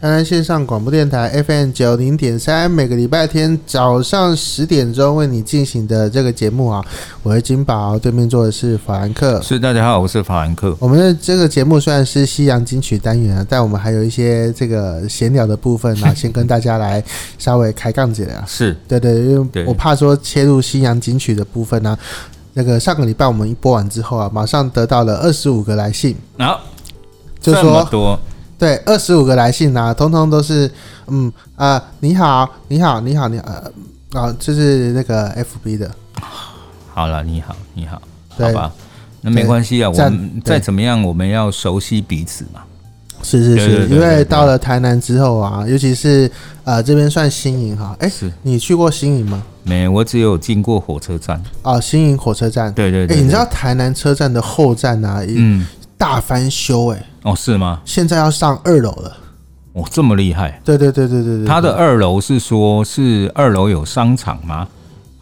台南线上广播电台 FM 九零点三，每个礼拜天早上十点钟为你进行的这个节目啊，我是金宝，对面坐的是法兰克。是，大家好，我是法兰克。我们的这个节目虽然是西洋金曲单元啊，但我们还有一些这个闲聊的部分 啊，先跟大家来稍微开杠解聊。是，对对，因为对我怕说切入西洋金曲的部分呢、那个上个礼拜我们一播完之后啊，马上得到了二十五个来信，然后就这么说多，对二十五个来信啊，通通都是嗯啊、你好你好你好你好呃啊，就是那个 FB 的，好了，你好，你好，对好吧，那没关系啊，我赞们对再怎么样，我们要熟悉彼此嘛。是是是对对，对因为对对到了台南之后啊，尤其是呃这边算新营哈，哎，是，你去过新营吗？没，我只有经过火车站。啊，新营火车站，对对哎，对，你对知道台南车站的后站啊，一嗯，大翻修哎、哦，是吗？现在要上二楼了。哦，这么厉害。对对对对对对，他的二楼是说，是二楼有商场吗？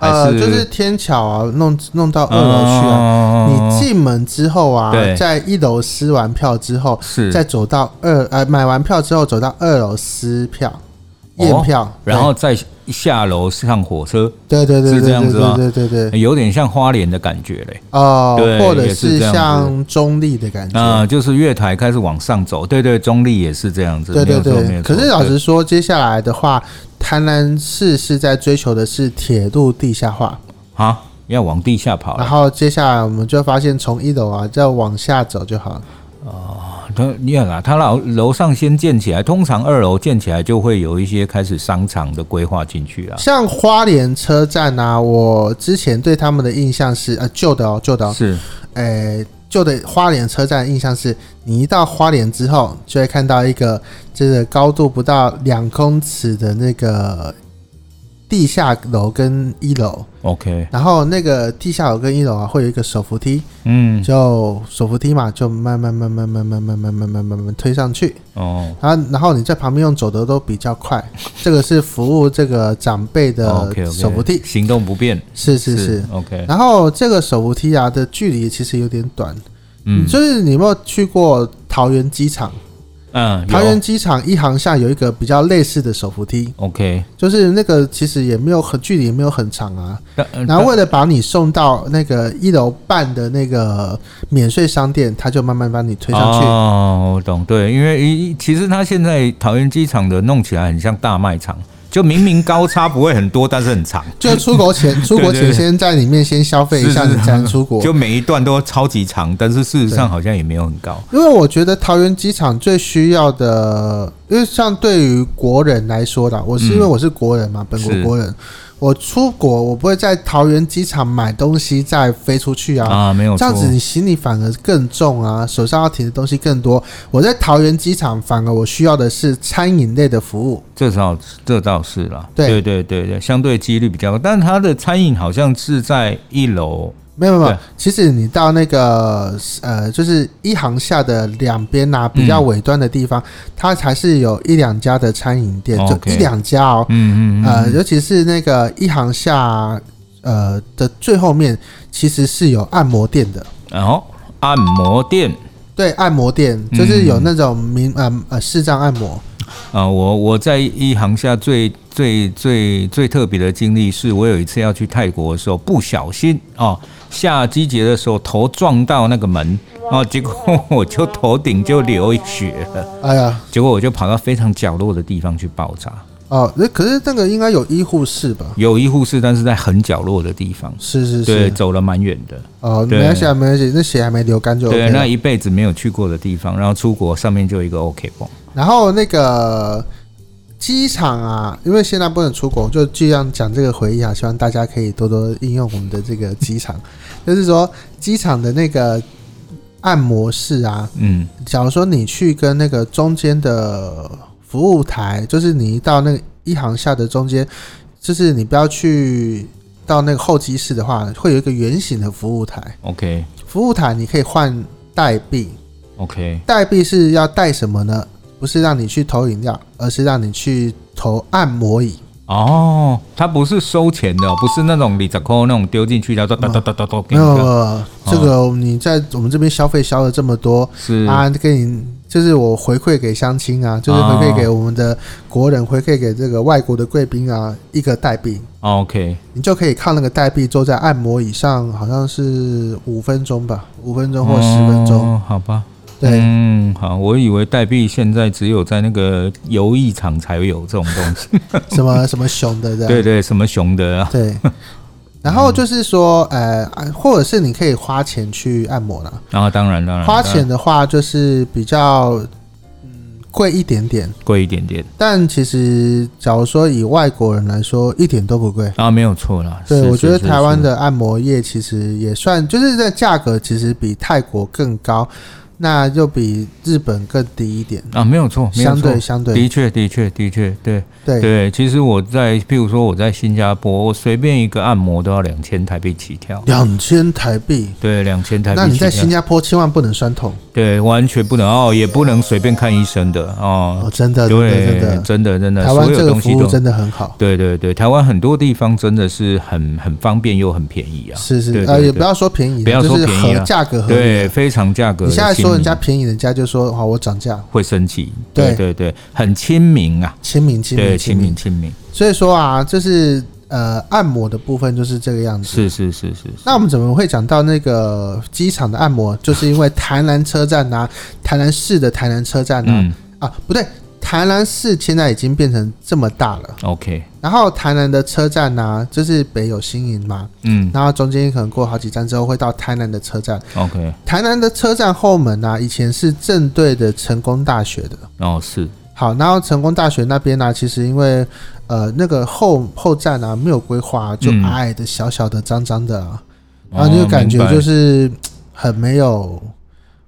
还呃，是就是天桥啊，弄弄到二楼去啊。你哦进门之后啊，对在一楼撕完票之后，是再走到二呃买完票之后走到二楼撕票验票，哦然后再下楼上火车，对对对对是这对样对子吗对对对对有点像花莲的感觉嘞。哦，对或者也是这样子像中立的感啊、觉。就是月台开始往上走，对对，中立也是这样子，对对没有错没对，有可错。是老对实说，接下来的话，台南市是在追求的是铁路地下化。啊，要往地下跑然了，后接下来我们就发现从一楼啊，再往下走就好了。他你看啊，他楼楼上先建起来，通常二楼建起来就会有一些开始商场的规划进去啊，像花莲车站啊，我之前对他们的印象是，呃，旧的哦，旧的哦，是诶，旧的花莲车站的印象是，你一到花莲之后，就会看到一个就是高度不到两公尺的那个地下楼跟一楼， OK，然后那个地下楼跟一楼啊，会有一个手扶梯，嗯，就手扶梯嘛，就慢慢慢慢慢慢慢慢慢慢慢慢推上去。哦然后然后你在旁边用走的都比较快，这个是服务这个长辈的，OK OK，手扶梯，行动不便，是是是。 OK，然后这个手扶梯啊的距离其实有点短，嗯就是你有没有去过桃园机场？嗯，桃园有机场一航下有一个比较类似的手扶梯， OK，就是那个其实也没有很距离也没有很长啊。但呃然后为了把你送到那个一楼半的那个免税商店，他就慢慢把你推上去。哦，我懂，对，因为一其实它现在桃园机场的弄起来很像大卖场，就明明高差不会很多，但是很长。就出国前，出国 对前对先在里面先消费一下，是你是才能出国。就每一段都超级长，但是事实上好像也没有很高。因为我觉得桃园机场最需要的，因为像对于国人来说啦，我是嗯因为我是国人嘛，本国是国人，我出国我不会在桃园机场买东西再飞出去啊。啊，没有这样错子，你行李反而更重啊，手上要提的东西更多。我在桃园机场，反而我需要的是餐饮类的服务。这倒这倒是啦，对对对对对，相对几率比较高，但它的餐饮好像是在一楼，没有没有没有对，其实你到那个呃，就是一行下的两边呐、比嗯较尾端的地方，它还是有一两家的餐饮店，就 OK 一两家哦。嗯嗯嗯，呃，尤其是那个一行下呃的最后面，其实是有按摩店的。然后按摩店，对，按摩店嗯就是有那种民呃呃视障按摩，啊、我我在一行下最最最最特别的经历是，我有一次要去泰国的时候，不小心哦，下机节的时候头撞到那个门，哦，结果我就头顶就流血了，哎呀结果我就跑到非常角落的地方去包扎。哦，那可是那个应该有医护室吧？有医护室，但是在很角落的地方，是是对，是，走了蛮远的，哦，对没关系啊，没关系，那血还没流干就 OK 对，了那一辈子没有去过的地方，然后出国上面就有一个 OK 绷，然后那个机场啊，因为现在不能出国，就尽量讲这个回忆啊，希望大家可以多多应用我们的这个机场，就是说机场的那个按摩室啊，嗯，假如说你去跟那个中间的服务台，就是你一到那个一行下的中间，就是你不要去到那个候机室的话，会有一个圆形的服务台， ，OK 服务台你可以换代币， OK，代币是要带什么呢？不是让你去投饮料，而是让你去投按摩椅。哦，它不是收钱的哦，不是那种你十块那种丢进去，然后哒哒哒哒哒，给没你有，一没个哦有这个你在我们这边消费消了这么多是啊，给你就是我回馈给乡亲啊，就是回馈哦给我们的国人，回馈给这个外国的贵宾啊，一个带币， OK，你就可以靠那个带币坐在按摩椅上，好像是五分钟吧，五分钟或十分钟，哦，好吧。对，嗯，好，我以为代币现在只有在那个游艺场才有这种东 西，什么什么熊的这样，对对，什么熊的啊， 对。然后就是说，呃，啊或者是你可以花钱去按摩啦。啊，当然当然，花当钱然的话就是比较嗯贵一点点，贵一点点但其实假如说以外国人来说，一点都不贵。啊，没有错啦。对，是我觉得是是台湾是的按摩业其实也算，就是在价格其实比泰国更高，那就比日本更低一点，啊，没有错，没有相错对，相对的确的确的确，对对对。其实我在，譬如说我在新加坡，我随便一个按摩都要两千台币起跳，两千台币。对，两千台币。那你在新？加坡千万不能酸痛对，完全不能哦，也不能随便看医生的哦，哦。真的，真的，对真，的。真的真的，台湾所这有个东服西务都真的很好，对对对，台湾很多地方真的是很很方便又很便宜啊，是是对，呃，对也对不要说便宜，不要就说是便宜合啊价格合理对，。非常价格你亲民。现在说人家便宜，人家就说好，我涨价，会生气，对对对对，很亲民啊，亲民，亲对，民，亲亲民民。亲民，所以说啊，就是呃，按摩的部分就是这个样子。是是是是，那我们怎么会讲到那个机场的按摩？就是因为台南车站呐、台南市的台南车站呐、嗯啊，不对，台南市现在已经变成这么大了。 ，OK，然后台南的车站呐、就是北有新营嘛，嗯然后中间可能过好几站之后会到台南的车站。 ，OK，台南的车站后门啊呐、以前是正对着成功大学的。哦是，好，然后成功大学那边呢、其实因为呃那个后后站啊没有规划，就嗯矮矮的、小小的、脏脏的啊，然哦后你就感觉明白就是嘖很没有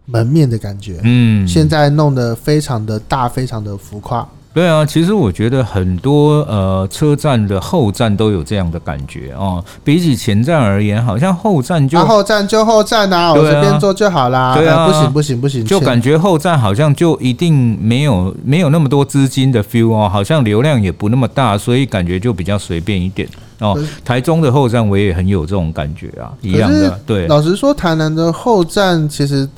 门面的感觉。嗯，现在弄得非常的大，非常的浮夸。对啊，其实我觉得很多呃车站的后站都有这样的感觉哦，比起前站而言，好像后站就啊，后站就后站啊，我对啊这边坐就好啦。对啊呃不行不行不行，就前感觉后站好像就一定没有没有那么多资金的 feel 哦，好像流量也不那么大，所以感觉就比较随便一点哦可是。台中的后站我也很有这种感觉啊，一样可的，对，老实说，台南的后站其实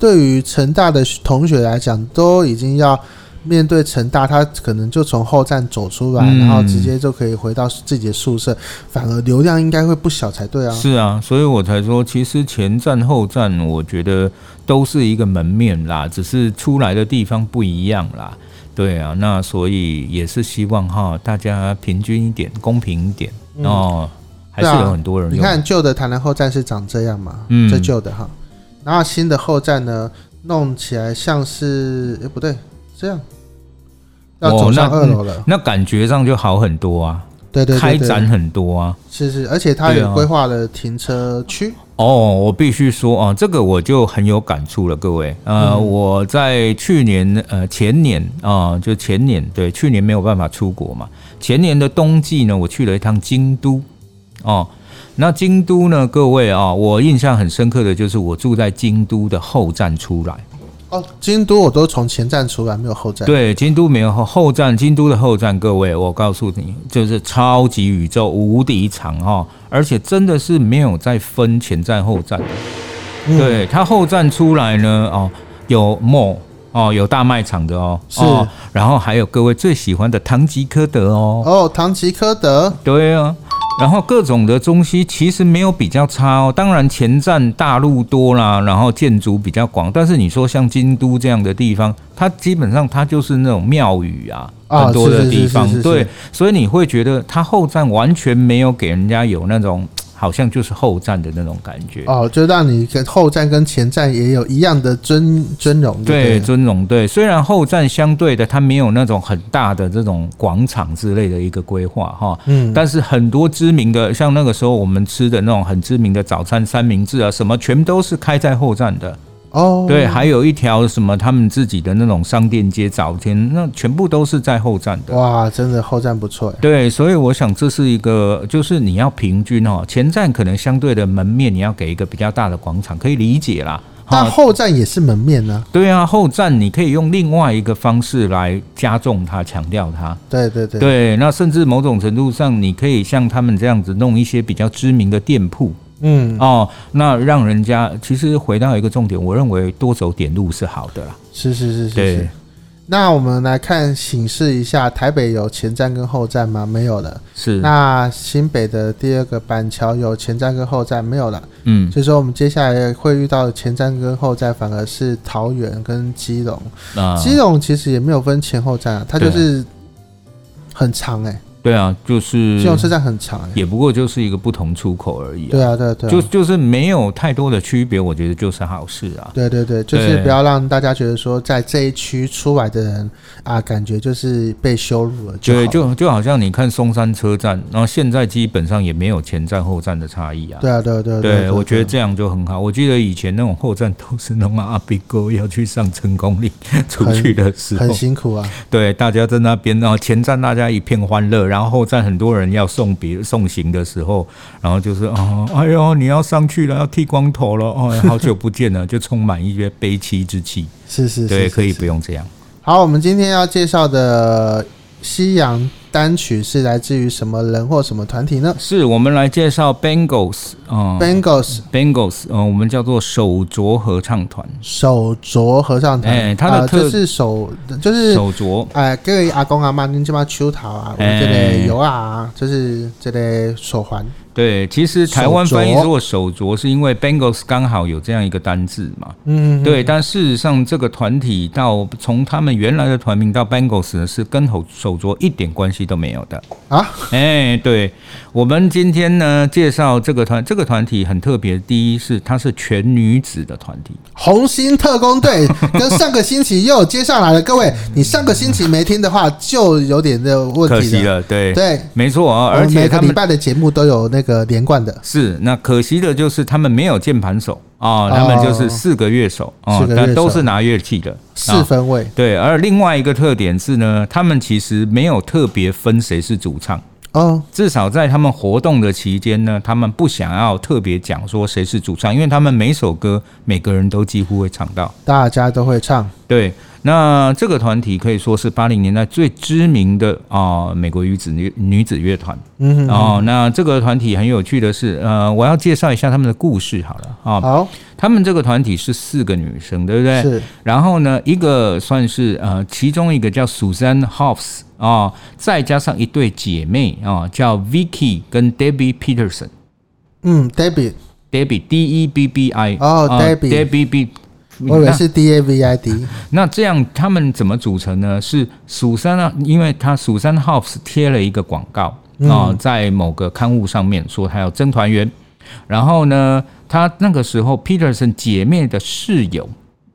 对于成大的同学来讲，都已经要面对成大，他可能就从后站走出来，嗯然后直接就可以回到自己的宿舍，反而流量应该会不小才对啊。是啊，所以我才说，其实前站后站，我觉得都是一个门面啦，只是出来的地方不一样啦。对啊，那所以也是希望哈，大家平均一点，公平一点、嗯哦。还对是啊有很多人你用，看旧的台南后站是长这样嘛，嗯这旧的哈，然后新的后站呢，弄起来像是诶不对，这样要走哦上那二楼了，那感觉上就好很多啊，对对对开对，展很多啊。是是，而且它也对啊规划了停车区，哦，我必须说啊，这个我就很有感触了，各位。呃，我在去年呃前年啊、就前年对，去年没有办法出国嘛，前年的冬季呢，我去了一趟京都哦。那京都呢，各位啊、我印象很深刻的就是我住在京都的后站出来。哦，京都我都从前站出来，没有后站。对，京都没有后后站，京都的后站，各位，我告诉你，就是超级宇宙无敌长哈，而且真的是没有在分前站后站的。嗯，对，它后站出来呢，哦，有 mall 哦，有大卖场的哦，是哦，然后还有各位最喜欢的唐吉诃德哦，哦，唐吉诃德，对啊。然后各种的东西其实没有比较差哦，当然前站大陆多啦，然后建筑比较广，但是你说像京都这样的地方，它基本上它就是那种庙宇啊，啊很多的是是是地方，是是是对，所以你会觉得它后站完全没有给人家有那种好像就是后站的那种感觉哦，就让你跟后站跟前站也有一样的尊尊荣，对，不对，尊荣对，虽然后站相对的它没有那种很大的这种广场之类的一个规划哈，嗯，但是很多知名的，像那个时候我们吃的那种很知名的早餐三明治啊，什么全都是开在后站的。哦，对，还有一条什么他们自己的那种商店街早间，那全部都是在后站的。哇，真的后站不错哎，对，所以我想这是一个，就是你要平均哦，前站可能相对的门面你要给一个比较大的广场，可以理解啦。哈但后站也是门面呢，对啊，后站你可以用另外一个方式来加重它、强调它。对对对，对，那甚至某种程度上，你可以像他们这样子弄一些比较知名的店铺嗯，哦，那让人家其实回到一个重点，我认为多走点路是好的啦。是是是是对是。那我们来看醒示一下，台北有前站跟后站吗？没有了。是，那新北的第二个板桥有前站跟后站，没有了。嗯，所以说我们接下来会遇到前站跟后站，反而是桃园跟基隆。那基隆其实也没有分前后站啊，它就是很长哎、对啊，就是基隆车站很长哎、也不过就是一个不同出口而已、啊。对啊对啊对啊，就就是没有太多的区别，我觉得就是好事啊。对对对，就是对不要让大家觉得说在这一区出来的人啊，感觉就是被羞辱了就好对，了。就就好像你看松山车站，然后现在基本上也没有前站后站的差异啊。对啊对啊对啊对对啊，我觉得这样就很好。我记得以前那种后站都是那么阿兵哥要去上成功岭 出去的时候很，辛苦啊。对，大家在那边，然后前站大家一片欢乐，然后后站很多人要送别送行的时候，然后就是哦，哎呦，你要上去了，要剃光头了，哦，好久不见了，就充满一些悲戚之气。是 是是对，是可以是不用这样。好，我们今天要介绍的西洋单曲是来自于什么人或什么团体呢、是我们来介绍 Bengals 啊、 b e n g a l s Bengals，呃，我们叫做手镯合唱团，手镯合唱团，哎它的呃特就是手，就是手镯，哎，各位阿公阿妈，恁即马手头啊，有哎这个油啊，就是这个手环，对，其实台湾手镯翻译做手镯，是因为 Bengals 刚好有这样一个单字嘛。嗯，对，但事实上这个团体到从他们原来的团名到 Bengals 呢，是跟手手镯一点关系都没有 的。啊，哎，对，我们今天呢介绍这个团，这个团体很特别。第一是它是全女子的团体，红星特工队跟上个星期又有接上来了，各位，你上个星期没听的话，就有点这个问可题惜了，对，对，哦没错啊，而我们且每个他礼们拜的节目都有那个连贯的，是，那可惜的就是他们没有键盘手啊、他们就是四个乐手啊、哦四个乐但都手是拿乐器的。啊四分位对，而另外一个特点是呢，他们其实没有特别分谁是主唱，哦，至少在他们活动的期间呢，他们不想要特别讲说谁是主唱，因为他们每首歌每个人都几乎会唱到。大家都会唱，对，那这个团体可以说是八零年代最知名的啊、美国女子女女子乐团。嗯哼，哦，那这个团体很有趣的是，呃，我要介绍一下他们的故事好了啊、好，他们这个团体是四个女生，对不对？是然后呢，一个算是呃，其中一个叫 Susan Hoffs 啊、再加上一对姐妹啊、叫 Vicky 跟 Debbie Peterson。嗯，David， Debbie D E B B I 哦啊 Debbie Debbie B，我以为是 D A V I D，那这样他们怎么组成呢？是蜀山啊，因为他蜀山 House 贴了一个广告啊、哦在某个刊物上面说他要征团员，然后呢，他那个时候 Peterson 姐妹的室友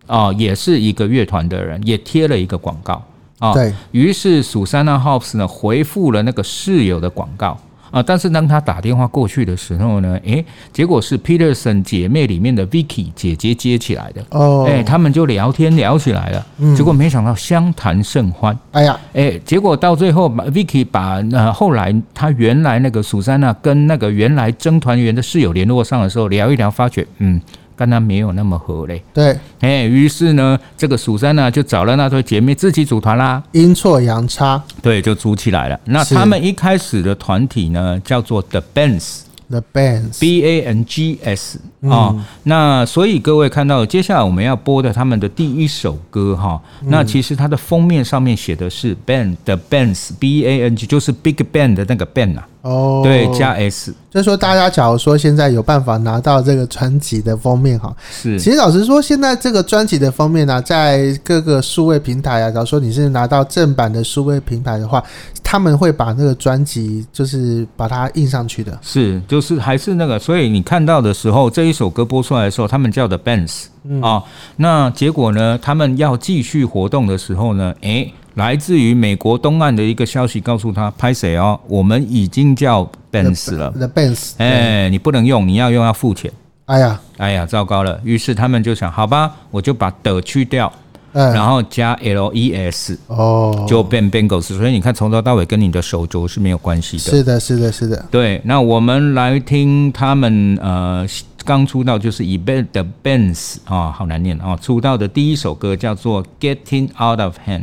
啊、哦也是一个乐团的人，也贴了一个广告啊。哦对于是蜀山那 House 呢回复了那个室友的广告。啊！但是当他打电话过去的时候呢，诶，结果是 Peterson 姐妹里面的 Vicky 姐姐接起来的。哦，哎、他们就聊天聊起来了，结果没想到相谈甚欢。哎呀，哎、结果到最后把，Vicky 把呃后来她原来那个苏珊娜跟那个原来征团员的室友联络上的时候，聊一聊，发觉嗯，跟她没有那么合嘞。对，哎、于是呢，这个苏珊娜就找了那对姐妹自己组团啦，阴错阳差对，就组起来了。那是他们一开始的团体呢，叫做 The Bands。 ，The Bands， B A N G S 嗯啊、那所以各位看到，接下来我们要播的他们的第一首歌哈、嗯那其实它的封面上面写的是 Band 的 Bands B A N G，就是 Big Band 的那个 Band 啊，哦，对，加 S 就是说，大家假如说现在有办法拿到这个专辑的封面哈，是其实老实说，现在这个专辑的封面呢、啊在各个数位平台啊，假如说你是拿到正版的数位平台的话，他们会把那个专辑就是把它印上去的。是，就是还是那个，所以你看到的时候，这一首歌播出来的时候，他们叫的 Bands 啊、嗯那结果呢，他们要继续活动的时候呢，诶，来自于美国东岸的一个消息告诉他，拍谁哦，我们已经叫 Bands 了。 The Bands，哎、哎，你不能用，你要用要付钱。哎呀，哎呀，糟糕了！于是他们就想，好吧，我就把的去掉，嗯，然后加 L E S，哦，就变 Bengals。所以你看，从头到尾跟你的手镯是没有关系的。是的，是的，是的，对，那我们来听他们呃刚出道就是以 Ben 的 Benz 哦啊、好难念啊、出道的第一首歌叫做《Getting Out of Hand》。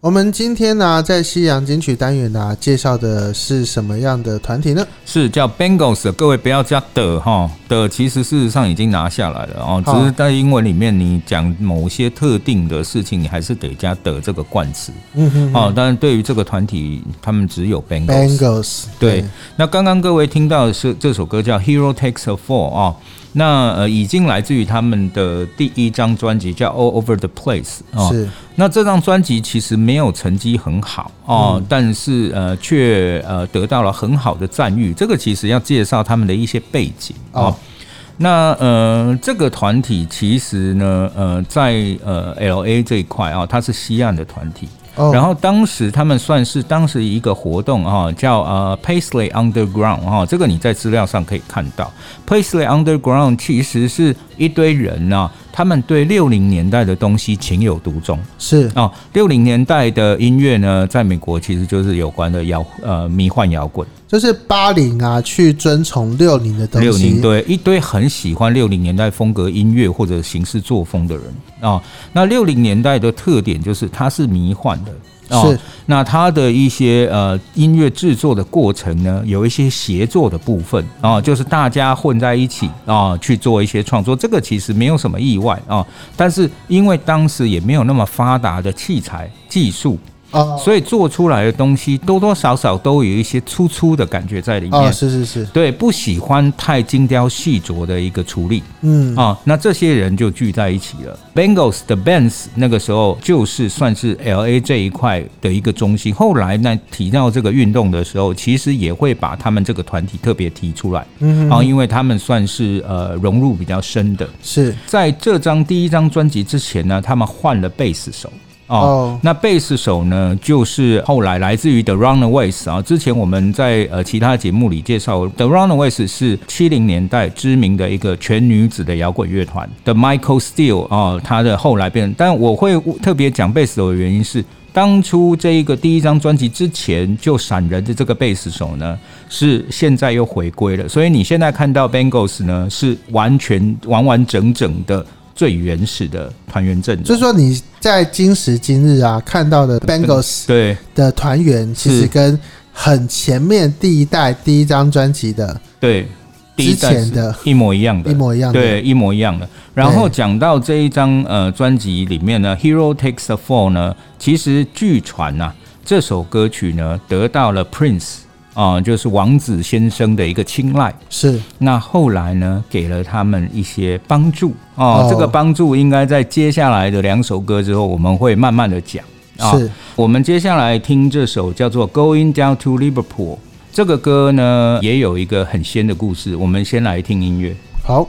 我们今天呢、在西洋金曲单元呢、啊介绍的是什么样的团体呢？是叫 Bengals，的各位不要加的哈的，其实事实上已经拿下来了哦，只好是在英文里面你讲某些特定的事情，你还是得加的这个冠词嗯哼哦。但是对于这个团体，他们只有 Bengals。 ，Bangles，嗯对，那刚刚各位听到的是这首歌叫《Hero Takes a Fall》哦，那呃已经来自于他们的第一张专辑叫《All Over the Place》哦。是那这张专辑其实没有成绩很好哦，但是呃却呃得到了很好的赞誉。这个其实要介绍他们的一些背景哦。哦那呃，这个团体其实呢，呃，在呃 L A 这一块啊、它是西岸的团体。哦然后当时他们算是当时一个活动哈、叫呃 Paisley Underground 哈、这个你在资料上可以看到。Paisley Underground 其实是一堆人呐、他们对六零年代的东西情有独钟是啊。六、0零年代的音乐呢，在美国其实就是有关的摇呃迷幻摇滚。就是八零啊，去遵从六零的东六零西，对一堆很喜欢六零年代风格音乐或者形式作风的人啊、哦那六零年代的特点就是它是迷幻的。哦是，那它的一些呃音乐制作的过程呢，有一些协作的部分啊、哦就是大家混在一起啊、哦去做一些创作，这个其实没有什么意外啊、哦但是因为当时也没有那么发达的器材技术，哦所以做出来的东西多多少少都有一些粗粗的感觉在里面。哦，是是是，对，不喜欢太精雕细琢的一个处理嗯，啊、那这些人就聚在一起了。Bengals 的 Benz 那个时候就是算是 L A 这一块的一个中心。后来呢，提到这个运动的时候，其实也会把他们这个团体特别提出来，嗯啊、因为他们算是呃融入比较深的。是在这张第一张专辑之前呢，他们换了贝斯手。哦哦那贝斯手呢，就是后来来自于 The Runaways 啊。之前我们在呃其他节目里介绍，The Runaways 是七零年代知名的一个全女子的摇滚乐团的 Michael Steele 啊、哦，他的后来变，但我会特别讲贝斯手的原因是，当初这一个第一张专辑之前就闪人的这个贝斯手呢，是现在又回归了，所以你现在看到 Bengals 呢，是完全完完整整的最原始的团员阵就容是。说你在今时今日啊看到的 Bangles 嗯对，的团员，其实是跟很前面第一代第一张专辑的对，第一代之前是的一模一样的，一模一样的，对，一模一样的。然后讲到这一张呃专辑里面呢，《Hero Takes a Fall》呢，其实据传呐、这首歌曲呢得到了 Prince 啊、就是王子先生的一个青睐。是那后来呢，给了他们一些帮助哦哦。这个帮助应该在接下来的两首歌之后，我们会慢慢的讲啊。是我们接下来听这首叫做《Going Down to Liverpool》这个歌呢，也有一个很仙的故事。我们先来听音乐。好。